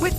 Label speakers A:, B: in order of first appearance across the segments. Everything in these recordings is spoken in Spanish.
A: With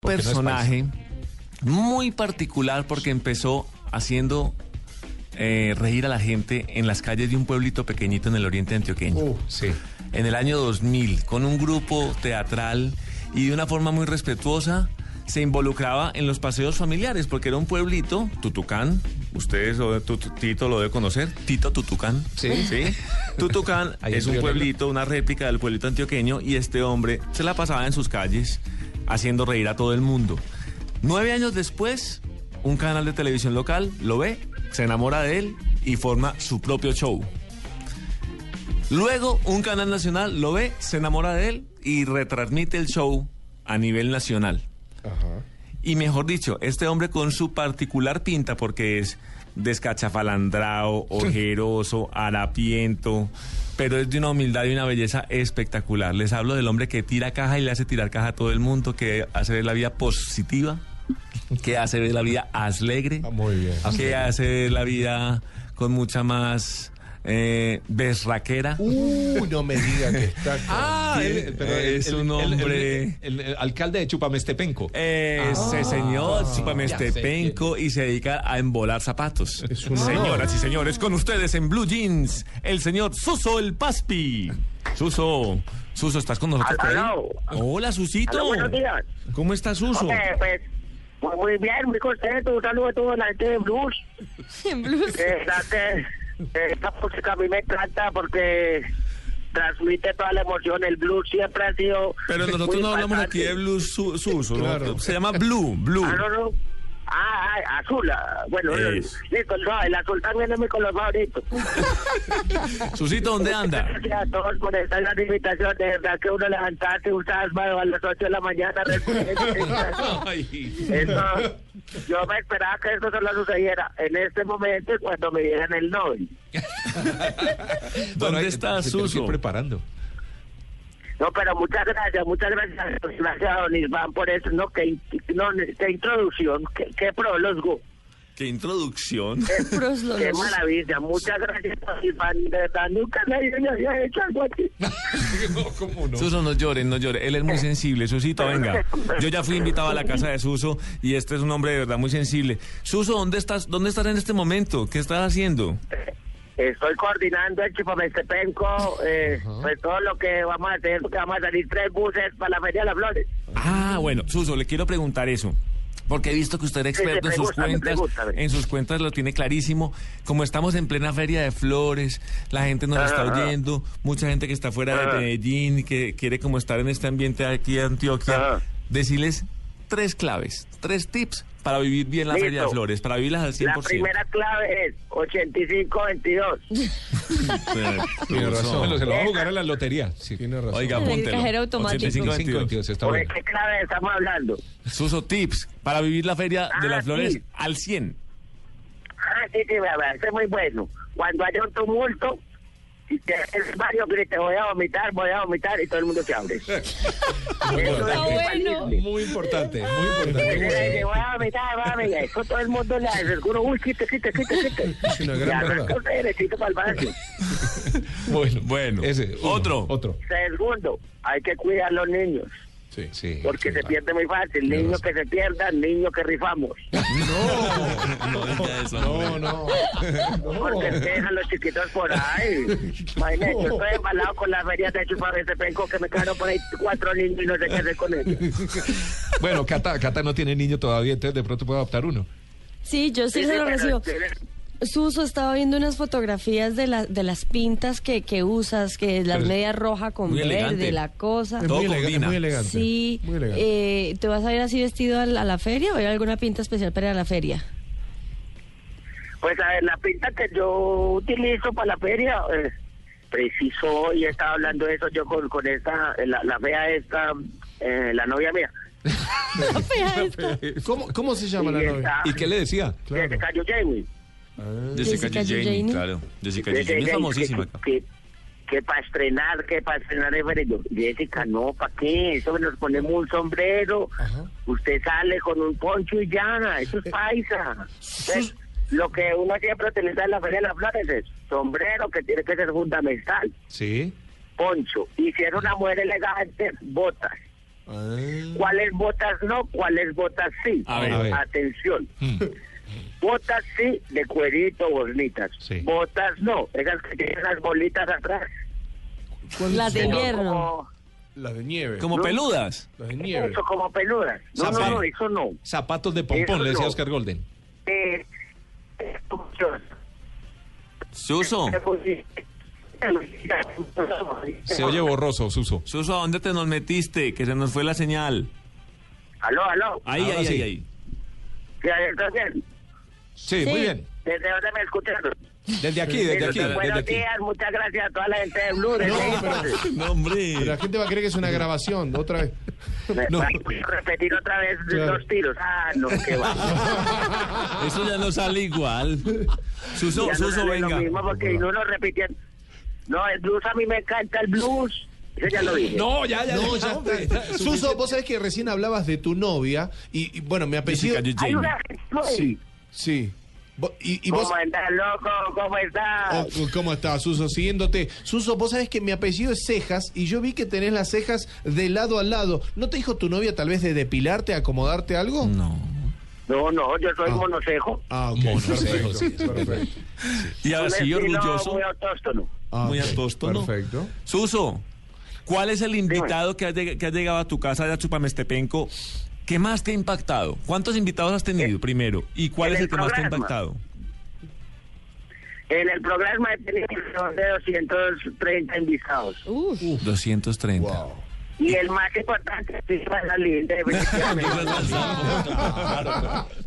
B: personaje muy particular porque empezó haciendo eh, reír a la gente en las calles de un pueblito pequeñito en el oriente antioqueño.
C: Sí.
B: En el año 2000, con un grupo teatral y de una forma muy respetuosa, se involucraba en los paseos familiares porque era un pueblito, Tutucán. Ustedes, lo de- Tut- Tito lo debe conocer, Tito Tutucán.
C: Sí.
B: Tutucán
C: Ahí
B: es
C: en Río
B: un
C: Negro.
B: pueblito, una réplica del pueblito antioqueño y este hombre se la pasaba en sus calles haciendo reír a todo el mundo. Nueve años después, un canal de televisión local lo ve, se enamora de él y forma su propio show. Luego, un canal nacional lo ve, se enamora de él y retransmite el show a nivel nacional. Y mejor dicho, este hombre con su particular pinta, porque es descachafalandrao, ojeroso, harapiento, pero es de una humildad y una belleza espectacular. Les hablo del hombre que tira caja y le hace tirar caja a todo el mundo, que hace ver la vida positiva, que hace ver la vida alegre,
C: Ah, muy bien.
B: que hace ver la vida con mucha más eh, berraquera.
C: Uh, no me diga que está. con-
B: Ah,
C: Sí,
B: él- es un hombre-
C: El, el- el alcalde de Chupamestepenco.
B: Ese señor, Chupamestepenco, este y se dedica a embolar zapatos.
C: Es un honor.
B: Señoras y señores, con ustedes en Blue Jeans, el señor Suso el Paspi. Suso, Suso, ¿estás con nosotros? por ahí?
D: Aló.
B: Hola, Susito.
D: Aló, buenos días.
B: ¿Cómo estás, Suso?
D: Eh, pues, muy- muy bien, muy contento. Un saludo a toda la gente de Blues.
E: En blues.
D: De verdad que eh, esta música a mí me encanta porque transmite toda la emoción. El blues siempre ha sido.
B: Pero nosotros
D: muy
B: no hablamos aquí de
D: impactante.
B: Blue Su- Suso, ¿no?
C: Claro.
B: se llama Blue, Blue.
D: Ah, no, no. Ah, ah, azul. ah, Bueno, no,
B: Es.
D: listo, no, el azul también es mi color favorito.
B: Susito, ¿dónde anda?
D: Gracias a todos por esta gran invitación. De verdad que uno levantarse un sábado a las 8 de la mañana. respondiendo.
B: Ay.
D: Eso, yo me esperaba que esto solo sucediera en este momento y cuando me dieran el Nobel.
B: ¿Dónde
C: ahí-
B: está
C: se tiene que ir
B: Suso?
C: eh, preparando.
D: No, pero muchas gracias, muchas gracias, gracias don Isván por eso, no, que, no, qué introducción, qué, qué prólogo,
B: Qué introducción.
D: qué maravilla, muchas gracias don Isván, de verdad, nunca nadie me había hecho algo así.
B: Suso, no llores, no llores. Él es muy sensible. Susito, venga. Yo ya fui invitado a la casa de Suso y este es un hombre de verdad muy sensible. Suso, ¿dónde estás, dónde estás en este momento? ¿Qué estás haciendo?
D: Estoy coordinando el Chupamestepenco, eh, pues todo lo que vamos a hacer, porque vamos a salir tres buses para la Feria de las Flores.
B: Ah, bueno, Suso, le quiero preguntar eso. Porque he visto que usted es
D: Sí, sí,
B: experto en sus
D: pregúntame,
B: cuentas,
D: pregúntame.
B: en sus cuentas lo tiene clarísimo. Como estamos en plena feria de flores, la gente nos está
D: Ajá.
B: oyendo, mucha gente que está fuera
D: Ajá.
B: de Medellín, que quiere como estar en este ambiente aquí de Antioquia,
D: Ajá.
B: decirles tres claves, tres tips para vivir bien la
D: Listo.
B: feria de flores, para vivirlas al 100%.
D: La primera clave es 85-22.
C: Tiene razón. Bueno, se
B: razón.
C: lo va a jugar a la lotería. Sí, tiene razón.
B: Oiga,
E: El
B: póntelo.
E: cajero automático.
B: 85-22.
C: 5.22, está
D: ¿De
C: bueno.
D: qué clave estamos hablando?
B: Suso Tips para vivir la feria de
D: Ah,
B: las flores
D: sí.
B: al 100.
D: Ah, sí, sí, me parece muy bueno. Cuando haya un tumulto, si te haces varios gritos, voy a vomitar, voy a vomitar, y todo el mundo se abre. Eso
E: Está bueno.
D: es
C: Muy importante, muy
D: que
C: importante.
D: Voy a vomitar, voy a vomitar. Eso todo el mundo le hace. Uno, uy, quite, quite, quite, quite.
C: Es una
D: Y
C: gran
D: arranca
C: verdad.
D: usted derechito para el baño.
C: Bueno,
B: Bueno,
C: ese, uno,
B: otro.
C: Otro.
D: Segundo, hay que cuidar a los niños,
C: Sí, sí.
D: porque
C: sí,
D: se
C: va.
D: pierde muy fácil. Niños que se pierdan, niños que rifamos.
B: No, diga eso,
C: No,
B: hombre.
C: no.
D: Porque se dejan los chiquitos por ahí. Imagínate, yo estoy embalado con las ferias de chupar ese penco que me quedaron por ahí cuatro niños y no sé qué hacer con ellos.
C: Bueno, Cata, Cata no tiene niño todavía, entonces de pronto puede adoptar uno.
F: Sí, yo sí,
D: Sí,
F: se
D: sí,
F: lo
D: pero
F: recibo.
D: ustedes-
F: Suso, estaba viendo unas fotografías de, la- de las pintas que, que usas, que las
C: Pero-
F: medias roja con
B: Muy elegante.
F: verde, la cosa.
B: Todo
C: muy, elega-
B: combina.
C: muy elegante.
F: Sí,
C: Muy elegante.
F: eh, ¿te vas a ir así vestido a la, a la feria o hay alguna pinta especial para ir a la feria?
D: Pues a ver, la pinta que yo utilizo para la feria, eh, preciso, y estaba hablando de eso yo con, con esta, eh, la, la fea esta, eh, la novia mía.
F: La fea esta.
G: ¿Cómo, cómo se llama la
D: Y
G: novia?
D: está-
C: ¿Y qué le decía?
D: que se cayó Jamie.
B: Jessica
F: Jessica
B: Jane,
F: Jane.
B: claro. Jessica
D: Ese
B: Jane es
D: gay
B: famosísima.
D: Que, que, que para estrenar, que para estrenar es veredicto. Jessica, no, ¿para qué? Eso nos ponemos un sombrero, usted sale con un poncho y ya, eso es paisa. Entonces, Lo que uno siempre utiliza en la Feria de las Flores es sombrero, que tiene que ser fundamental,
C: Sí.
D: poncho. Y si era una mujer elegante, botas. ¿Cuáles botas no? ¿Cuáles botas sí?
B: A ver,
C: a ver.
D: Atención. Botas sí, de cuerito, bonitas.
C: Sí.
D: Botas no, esas que tienen las bolitas atrás.
F: Las de
D: Son
F: invierno.
D: como-
G: La de nieve.
B: Como peludas.
G: La de nieve.
D: Eso, como peludas. No, no,
C: Zapato.
D: no, eso no.
C: Zapatos de pompón,
D: Eso
C: le decía
D: no.
C: Oscar Golden.
D: Eh, esto-
B: Suso,
C: Se oye borroso, Suso.
B: Suso, ¿a dónde te nos metiste? Que se nos fue la señal.
D: Aló, aló.
B: Ahí,
C: Ahora
B: ahí,
C: sí.
B: ahí, ahí.
D: ¿Qué hay entonces?
C: Sí,
F: Sí.
C: muy bien.
D: ¿Desde dónde me escucharon?
C: Desde aquí, desde aquí, desde
D: Buenos
C: aquí.
D: días, muchas gracias a toda la gente de Blue.
G: No,
D: desde-
G: pero,
B: No, hombre.
G: pero la gente va a creer que es una grabación, otra vez.
D: Me-
C: No.
D: Voy a Pues, repetir otra vez
G: Claro.
D: los tiros. Ah, no, qué va.
B: Eso ya no sale igual. Suso,
D: Ya no
B: Suso,
D: sale
B: venga.
D: Lo mismo porque no lo repitían. No, el blues a mí me encanta el blues. Eso ya lo dije.
C: No, ya, ya.
G: No,
C: ya,
G: ya
C: hombre,
G: Ah, está.
C: ya,
G: Suso,
C: suficiente.
G: vos sabés que recién hablabas de tu novia y, y, bueno, mi apellido.
B: Jessica
D: Hay
B: Jane.
D: una gente
G: Sí, sí. Vo- Y, y vos.
D: ¿Cómo estás, loco? ¿Cómo
G: Oh,
D: estás?
G: ¿Cómo estás, Suso? Siguiéndote. Suso, vos sabés que mi apellido es Cejas y yo vi que tenés las cejas de lado a lado. ¿No te dijo tu novia tal vez de depilarte, acomodarte algo?
B: No.
D: No, no, yo soy
G: Ah.
D: monocejo.
G: Ah, ok,
C: Mono,
G: perfecto,
C: sí,
G: perfecto.
B: Y ahora
D: Un
B: Ah, sí,
D: estilo
B: orgulloso.
D: Muy autóctono.
G: Ah,
B: Muy
G: ok,
B: apóstolo.
G: Perfecto.
B: Suso, ¿cuál es el invitado que ha, lleg- que ha llegado a tu casa de Achupamestepenco que más te ha impactado? ¿Cuántos invitados has tenido primero? ¿Y cuál
D: Eh, en
B: es el
D: el
B: que más te ha
D: programa.
B: impactado?
D: En el programa he tenido alrededor de 230 invitados.
F: Uf.
B: 230.
D: Y el más importante es la linda. efectivamente.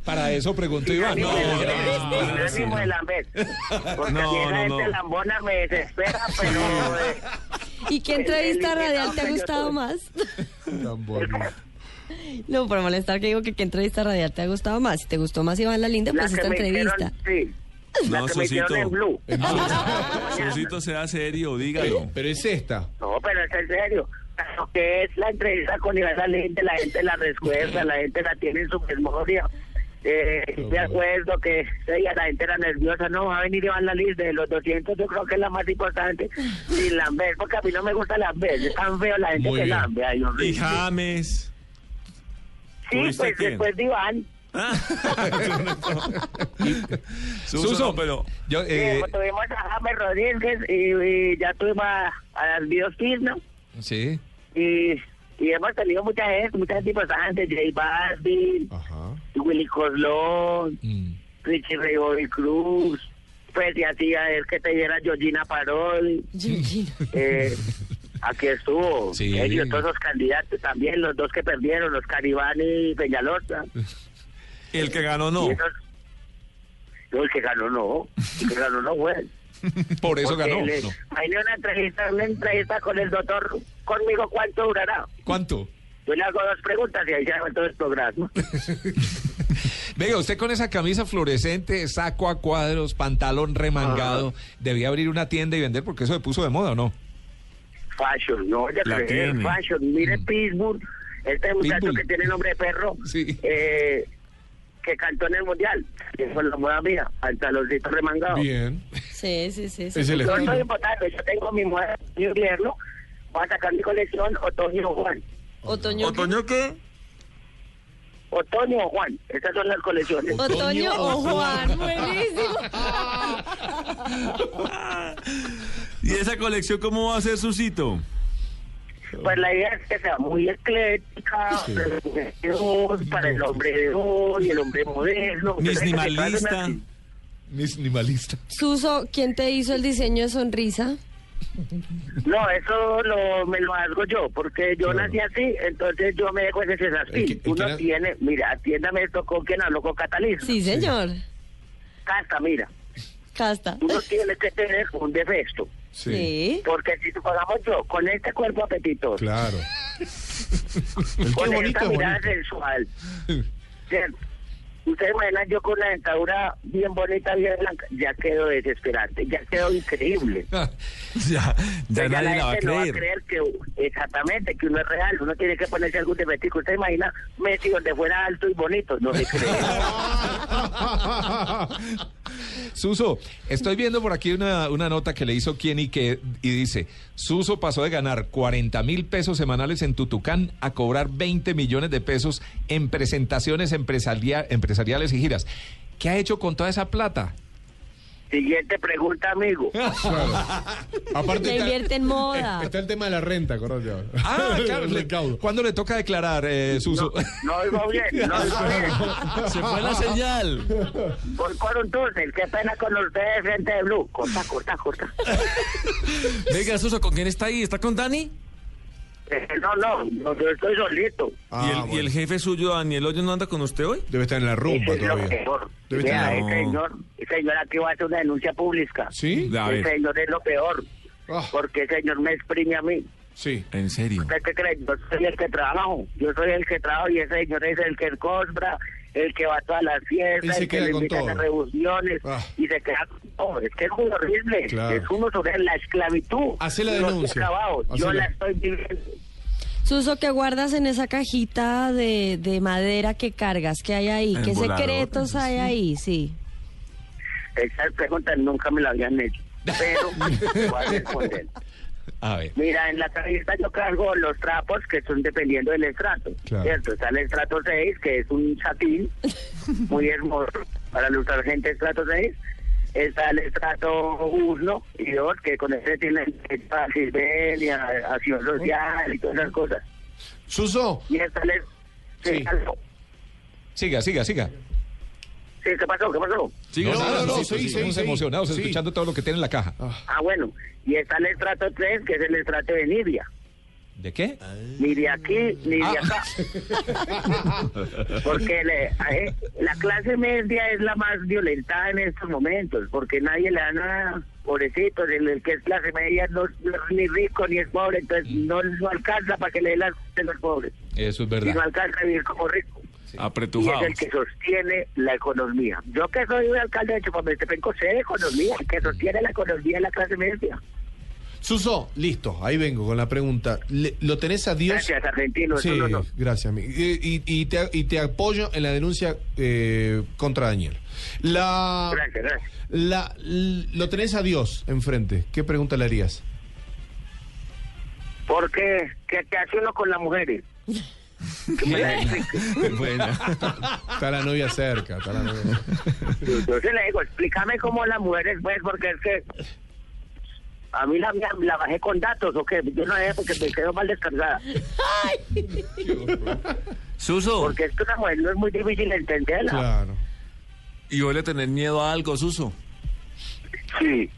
C: Para eso preguntó Iván.
D: Sinónimo
C: No, no,
D: de lamber,
C: no, no, no.
D: sinónimo de lamber. Porque
B: No,
D: a mí la
B: no,
D: gente
B: no.
D: lambona me desespera, pero eh,
F: ¿Y qué
D: El-
F: entrevista
D: el
F: radial te ha
D: invitado que yo
F: gustado
D: tuve.
F: más?
G: Tan bonito.
F: No, por molestar que digo que qué entrevista radial te ha gustado más. Si te gustó más Iván La Linda,
D: la
F: pues
D: que
F: esta
D: me hicieron,
F: entrevista.
D: sí, la
B: No,
D: que me hicieron
B: Susito.
D: en Blue.
C: Ah,
B: Susito, sea serio, dígalo.
G: Pero es esta.
D: No, pero es en serio. Lo que es la entrevista con Iván la gente, la gente la recuerda, la gente la tiene en su memoria. Eh, me acuerdo que sí, la gente era nerviosa, no va a venir Iván Lalín, de los 200 yo creo que es la más importante, y Lambert, porque a mí no me gusta Lambert, es tan feo la gente
C: Muy
D: que
C: bien.
D: Lambert, ay, horrible.
B: Y James.
D: Sí,
B: ¿Tuviste
D: pues
B: quién?
D: después de Iván,
B: Suso,
C: Suso.
B: no, pero.
C: Yo, eh,
D: eh, tuvimos a James Rodríguez y, y ya tuvimos a, a Dios Kirno,
C: sí.
D: y, y hemos tenido mucha gente, mucha gente importante, J Balvin,
G: Ajá.
D: Willy Coslón,
C: Mm.
D: Richie Ray Bobby Cruz, pues y así a él que te diera Georgina Parol,
F: Georgina.
D: eh, aquí estuvo,
C: Sí.
D: ellos todos los candidatos también, los dos que perdieron, los Caribani y Peñalosa,
B: El que ganó no.
D: y esos, no, el que ganó no, el que ganó no fue. él.
C: Por eso
D: Porque
C: ganó.
D: le-
C: No.
D: Ahí le una entrevista, una entrevista con el doctor, conmigo cuánto durará.
C: ¿Cuánto?
D: Yo le hago dos preguntas y ahí se hago todo el programa.
C: Venga, usted con esa camisa fluorescente, saco a cuadros, pantalón remangado, debía abrir una tienda y vender porque eso se puso de moda, ¿o no?
D: Fashion, no, ya
B: La
D: creer,
B: tiene.
D: Fashion, mire Pittsburgh, este muchacho
C: Mm. Pitbull.
D: que tiene nombre de perro,
C: Sí.
D: eh, que cantó en el mundial, que fue la moda mía, pantaloncito remangado.
G: Bien.
F: Sí, sí, sí. sí.
G: Es el
D: Yo soy
G: estilo.
D: importante, yo tengo mi mujer mi invierno, voy a sacar mi colección Otoño o Juan.
F: Otoño.
B: ¿Otoño qué?
D: Otoño o Juan, estas son las colecciones.
F: Otoño o Juan. Buenísimo.
B: ¿Y esa colección cómo va a ser Susito?
D: Pues la idea es que sea muy ecléctica, para el hombre de hoy, para el hombre de hoy, el hombre moderno.
B: Minimalista.
C: Minimalista.
F: Suso, ¿quién te hizo el diseño de sonrisa?
D: No, eso lo, me lo hago yo, porque yo nací así, entonces yo me dejo ese
G: El que-
D: así.
G: el que
D: Uno
G: na-
D: tiene, mira, atiéndame esto con quien hablo, con Catalina.
F: Sí, señor.
D: Casta, mira,
F: Casta.
D: uno tiene que tener un defecto.
F: Sí.
D: Porque si pagamos yo con este cuerpo apetitoso,
G: Claro. El
D: con
G: qué bonito
D: esta
G: es
D: mirada
G: bonito.
D: sensual, ¿cierto? Ustedes imaginan yo con una dentadura bien bonita, bien blanca, ya quedo desesperante, ya quedo increíble.
B: Ya, ya
D: O sea, ya
B: nadie la este va a
D: gente no
B: creer.
D: que exactamente que uno es real, uno tiene que ponerse algún defectico. Usted imagina Messi donde fuera alto y bonito, no se cree.
C: Suso, estoy viendo por aquí una, una nota que le hizo quien y que y dice, Suso pasó de ganar 40 mil pesos semanales en Tutucán a cobrar 20 millones de pesos en presentaciones empresaria- empresariales y giras. ¿Qué ha hecho con toda esa plata?
D: Siguiente pregunta, amigo.
G: Aparte
F: Le
G: está, eh,
F: invierte en moda.
G: está el tema de la renta, acordate ahora.
C: Ah, claro.
G: El
C: le-
G: recaudo.
C: ¿Cuándo le toca declarar, eh, Suso?
D: No oigo bien, no oigo bien.
B: Se fue la señal.
D: Voy con un túnel, qué pena con ustedes, gente de Blue. Corta, corta, corta.
B: Venga, Suso, ¿con quién está ahí? ¿Está con Dani?
D: Eh, no, no, no, yo estoy solito.
G: Ah,
B: ¿Y, el, y
G: bueno.
B: el jefe suyo, Daniel Hoyo, no anda con usted hoy?
G: Debe estar en la rumba
D: Ese es lo
G: todavía.
D: peor.
G: Debe estar
D: Vea,
G: en
B: No.
D: ese señor, ese señor aquí va a hacer una denuncia pública.
G: ¿Sí?
B: A
D: El
B: ver,
D: señor es lo peor,
G: Ah,
D: porque el señor me exprime a mí.
G: sí.
B: en serio.
D: ¿Usted qué cree? Yo soy el que trabajo. Yo soy el que trabajo y ese señor es el que compra, el que va a todas las
G: Él
D: fiestas,
G: se
D: el que
G: queda
D: le
G: con
D: invita a las
G: todo.
D: reuniones
G: Ah.
D: y se queda con todo. Es que es muy horrible.
G: Claro.
D: Es uno sobre la esclavitud.
G: Hace la
D: de los
G: denuncia.
D: esclavos. Yo
G: Hace la-
D: la estoy viviendo.
F: Suso, ¿qué guardas en esa cajita de, de madera que cargas? ¿Qué hay ahí?
B: El
F: ¿Qué
B: volador,
F: secretos hay ahí? Sí.
D: Esas preguntas nunca me las habían hecho. Pero voy a responder.
C: A ver.
D: Mira, en la tarjeta yo cargo los trapos que son dependiendo del estrato,
G: Claro.
D: ¿cierto? Está el estrato 6, que es un satín muy hermoso para usar gente estrato 6. Está el estrato 1 y 2, que con ese tienen para Silvania, acción social y todas esas cosas.
G: Suso,
D: Y está el...
G: Sí.
D: Sí. aló.
C: Siga, siga, siga.
D: Sí, ¿qué pasó? ¿Qué pasó?
B: Siga,
G: No,
B: siga,
G: no,
B: Susito,
G: no, seguí,
B: siga.
G: seguí.
C: Estamos emocionados
G: sí.
C: escuchando todo lo que tiene en la caja.
D: Ah, bueno. Y está el estrato 3, que es el estrato de Nidia.
C: ¿De qué?
D: ni de aquí ni
C: Ah.
D: de acá. porque le- eh, la clase media es la más violentada en estos momentos, porque nadie le da nada, pobrecito, el, el que es clase media no, es- no es ni rico ni es pobre, entonces no, no alcanza para que le dé las de los pobres,
C: Mm. Eso es
D: y no
C: verdad.
D: alcanza a vivir como rico. Y es
B: Apretujado.
D: el que sostiene la economía. Yo que soy un alcalde de Chupametepenco sé de economía, el que sostiene la economía es la clase media.
G: Suso, listo, ahí vengo con la pregunta. Le- ¿Lo tenés a Dios?
D: Gracias, argentino.
G: Sí,
D: eso no, no.
G: gracias. ami- eh, Y, y te, y te apoyo en la denuncia eh, contra Daniel. La,
D: Gracias, gracias.
G: la, l- lo tenés a Dios enfrente. ¿Qué pregunta le harías?
D: Porque, ¿qué, qué hace uno con las mujeres? Que me la explique.
C: Bueno.
G: Está la novia cerca. Está la novia
D: Entonces le digo, explícame cómo las mujeres, pues, porque es que a mí la, mía la bajé con datos, o qué? yo no sé, porque me quedo mal descargada.
B: Suso,
D: Porque es que una mujer no es muy difícil entenderla.
G: Claro.
B: y vuelve a tener miedo a algo, Suso.
D: Sí.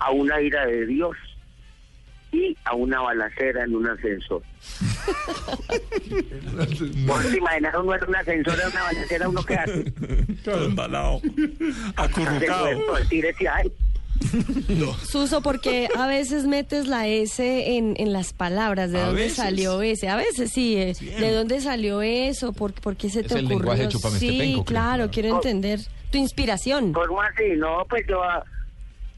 D: A una ira de Dios y a una balacera en un ascensor. ¿Vos te imaginas uno en un ascensor, en una balacera, uno que hace?
B: Todo embalado. Acurrucado.
D: Tírese ay.
F: Suso, porque a veces metes la S en, en las palabras. ¿De
B: A
F: dónde
B: veces.
F: salió ese? A veces sí. eh, ¿De dónde salió eso? ¿Por, por qué se
C: Es
F: te
C: el
F: ocurrió?
C: lenguaje chupamestepenco,
F: sí,
C: creo.
F: claro, quiero
D: Oh.
F: entender tu inspiración.
D: ¿Cómo así? No, pues yo ah,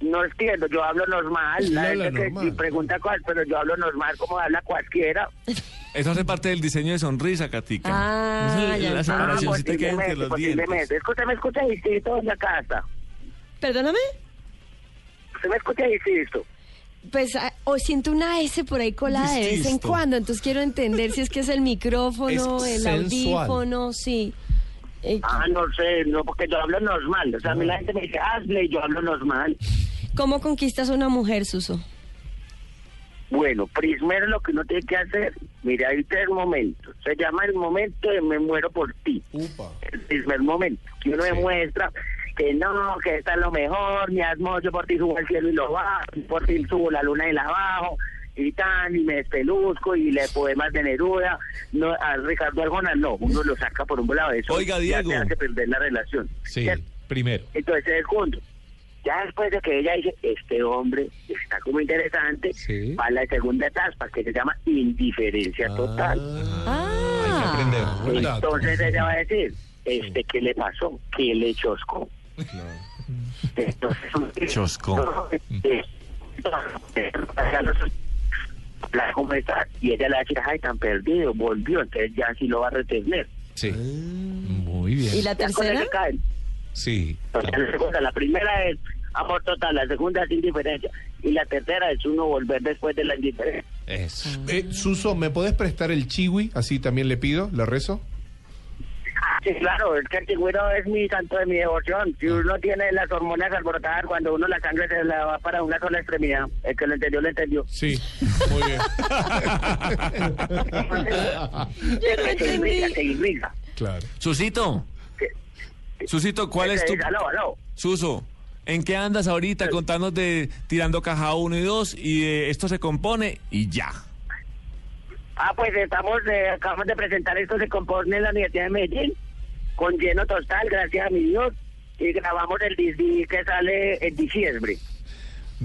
D: no entiendo, yo hablo normal. La
G: Habla
D: gente que
G: normal.
D: sí pregunta cosas, pero yo hablo normal como habla cualquiera.
B: Eso hace parte del diseño de sonrisa, Katica.
F: Ah,
B: Sí,
F: ya
B: la
F: entendí.
B: separación sí te queda entre
D: posiblemente,
B: los dientes.
D: posiblemente. Es que usted me escucha distinto en la casa.
F: ¿Perdóname?
D: Usted me escucha distinto.
F: Pues ah, o siento una S por ahí colada de vez en
B: Dististo.
F: cuando, entonces quiero entender si es que es el micrófono,
G: Es
F: el
G: sensual.
F: audífono, sí. Eh,
D: Ah, no sé, no, porque yo hablo normal. O sea, a mí la gente me dice, hazle, y yo hablo normal.
F: ¿Cómo conquistas a una mujer, Suso?
D: Bueno, primero lo que uno tiene que hacer, mira, hay tres momentos. Se llama el momento de me muero por ti.
G: Upa.
D: el primer momento, que uno demuestra que no, que está lo mejor, mi asmo, yo por ti subo al cielo y lo bajo, por ti subo la luna y la bajo, y tan, y me despeluzco, y le poemas de Neruda, no, a Ricardo Arjona no, uno lo saca por un lado, eso
B: Oiga,
D: ya
B: Diego.
D: te hace perder la relación.
C: Sí,
D: ¿cierto?
C: primero.
D: Entonces, segundo, Ya después de que ella dice, este hombre está como interesante,
C: Sí.
D: va a la segunda etapa que se llama indiferencia total.
F: ah.
C: Hay que aprender. Buen dato.
D: Entonces ella va a decir, este, ¿qué le pasó? ¿Qué le choscó? Entonces,
B: Choscó.
D: La ¿cómo está? Y ella le va a decir, ay, tan perdido, volvió, entonces ya sí lo va a retener.
C: Sí. Muy
F: Ah. ¿Y
C: bien.
F: la
D: Ya con eso
F: tercera?
D: caen.
C: Sí.
D: Entonces, la segunda, la primera es amor total, la segunda es indiferencia y la tercera es uno volver después de la indiferencia.
C: Eso.
G: Eh, Suso, ¿me podés prestar el chiwi? Así también le pido, le rezo.
D: Ah, Sí, claro, es que el chigüiro es mi santo de mi devoción. Si uno tiene las hormonas alborotadas, cuando uno la sangre se la va para una sola extremidad, el que lo entendió, lo entendió.
G: Sí, muy bien.
F: lo
D: Se
F: entendí.
D: irriga, se irriga.
G: claro.
B: Susito. Susito, ¿cuál es
D: Se
B: tu.
D: irriga, aló, aló.
B: Suso, ¿en qué andas ahorita? Contanos de tirando caja 1 y 2 y de esto se compone y ya.
D: Ah, pues estamos, eh, acabamos de presentar esto, se compone en la Universidad de Medellín, con lleno total, gracias a mi Dios, y grabamos el disc que sale en diciembre.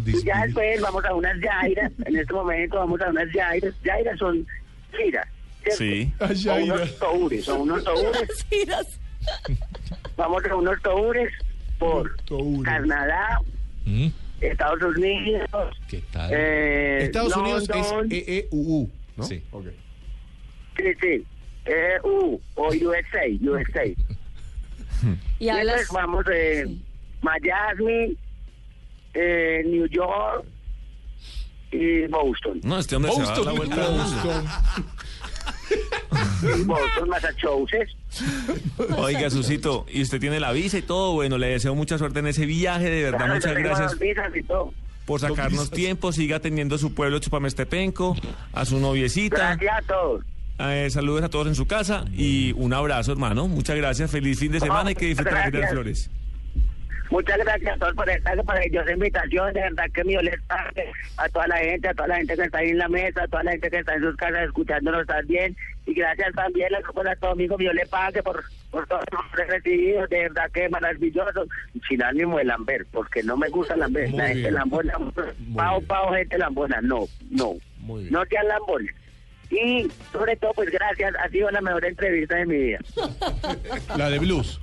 D: Y ya después vamos a unas yairas, en este momento vamos a unas yairas, yairas son giras, ¿cierto?
B: Sí.
G: Ah,
D: Son
G: Yaira.
D: unos toures, son unos toures,
F: Mentiras.
D: vamos a unos toures por
G: Toures.
D: Canadá,
C: Mm,
D: Estados Unidos,
C: ¿Qué tal?
D: eh,
G: Estados Unidos es eh, E
D: London,
G: EEUU, ¿no?
C: Sí.
G: Ok.
D: Sí, sí. Eh, U, o USA, USA. Y
F: Y hablas...
D: entonces vamos eh, Miami, eh, New York y Boston.
B: No, este hombre se va a dar la
C: Boston.
B: vuelta. al mundo.
D: Y
B: Mm.
D: Boston, Massachusetts.
B: Pues, Oiga, Susito, y usted tiene la visa y todo. Bueno, le deseo mucha suerte en ese viaje. De verdad,
D: Claro,
B: muchas
D: yo tengo
B: gracias
D: las visas y todo.
B: por sacarnos tiempo. Siga atendiendo a su pueblo Chupamestepenco, a su noviecita.
D: Gracias a todos.
B: Eh, saludos a todos en su casa y un abrazo, hermano. Muchas gracias. Feliz fin de semana y que disfruten la fiesta de las flores.
D: Gracias. Muchas gracias a todos por estar, por ellos invitación, de verdad que mi les parte a toda la gente, a toda la gente que está ahí en la mesa, a toda la gente que está en sus casas escuchándonos también, y gracias también a todos los amigos, mi le pague por, por todos los hombres recibidos, de verdad que maravilloso, sin ánimo de lamber, porque no me gusta lamber,
G: Muy
D: la gente
G: bien.
D: lambona, pao,
G: bien.
D: pao, gente lambona, no, no,
G: Muy bien.
D: no sean lambones. Y sobre todo, pues gracias, ha sido la mejor entrevista de mi vida.
G: La de blues.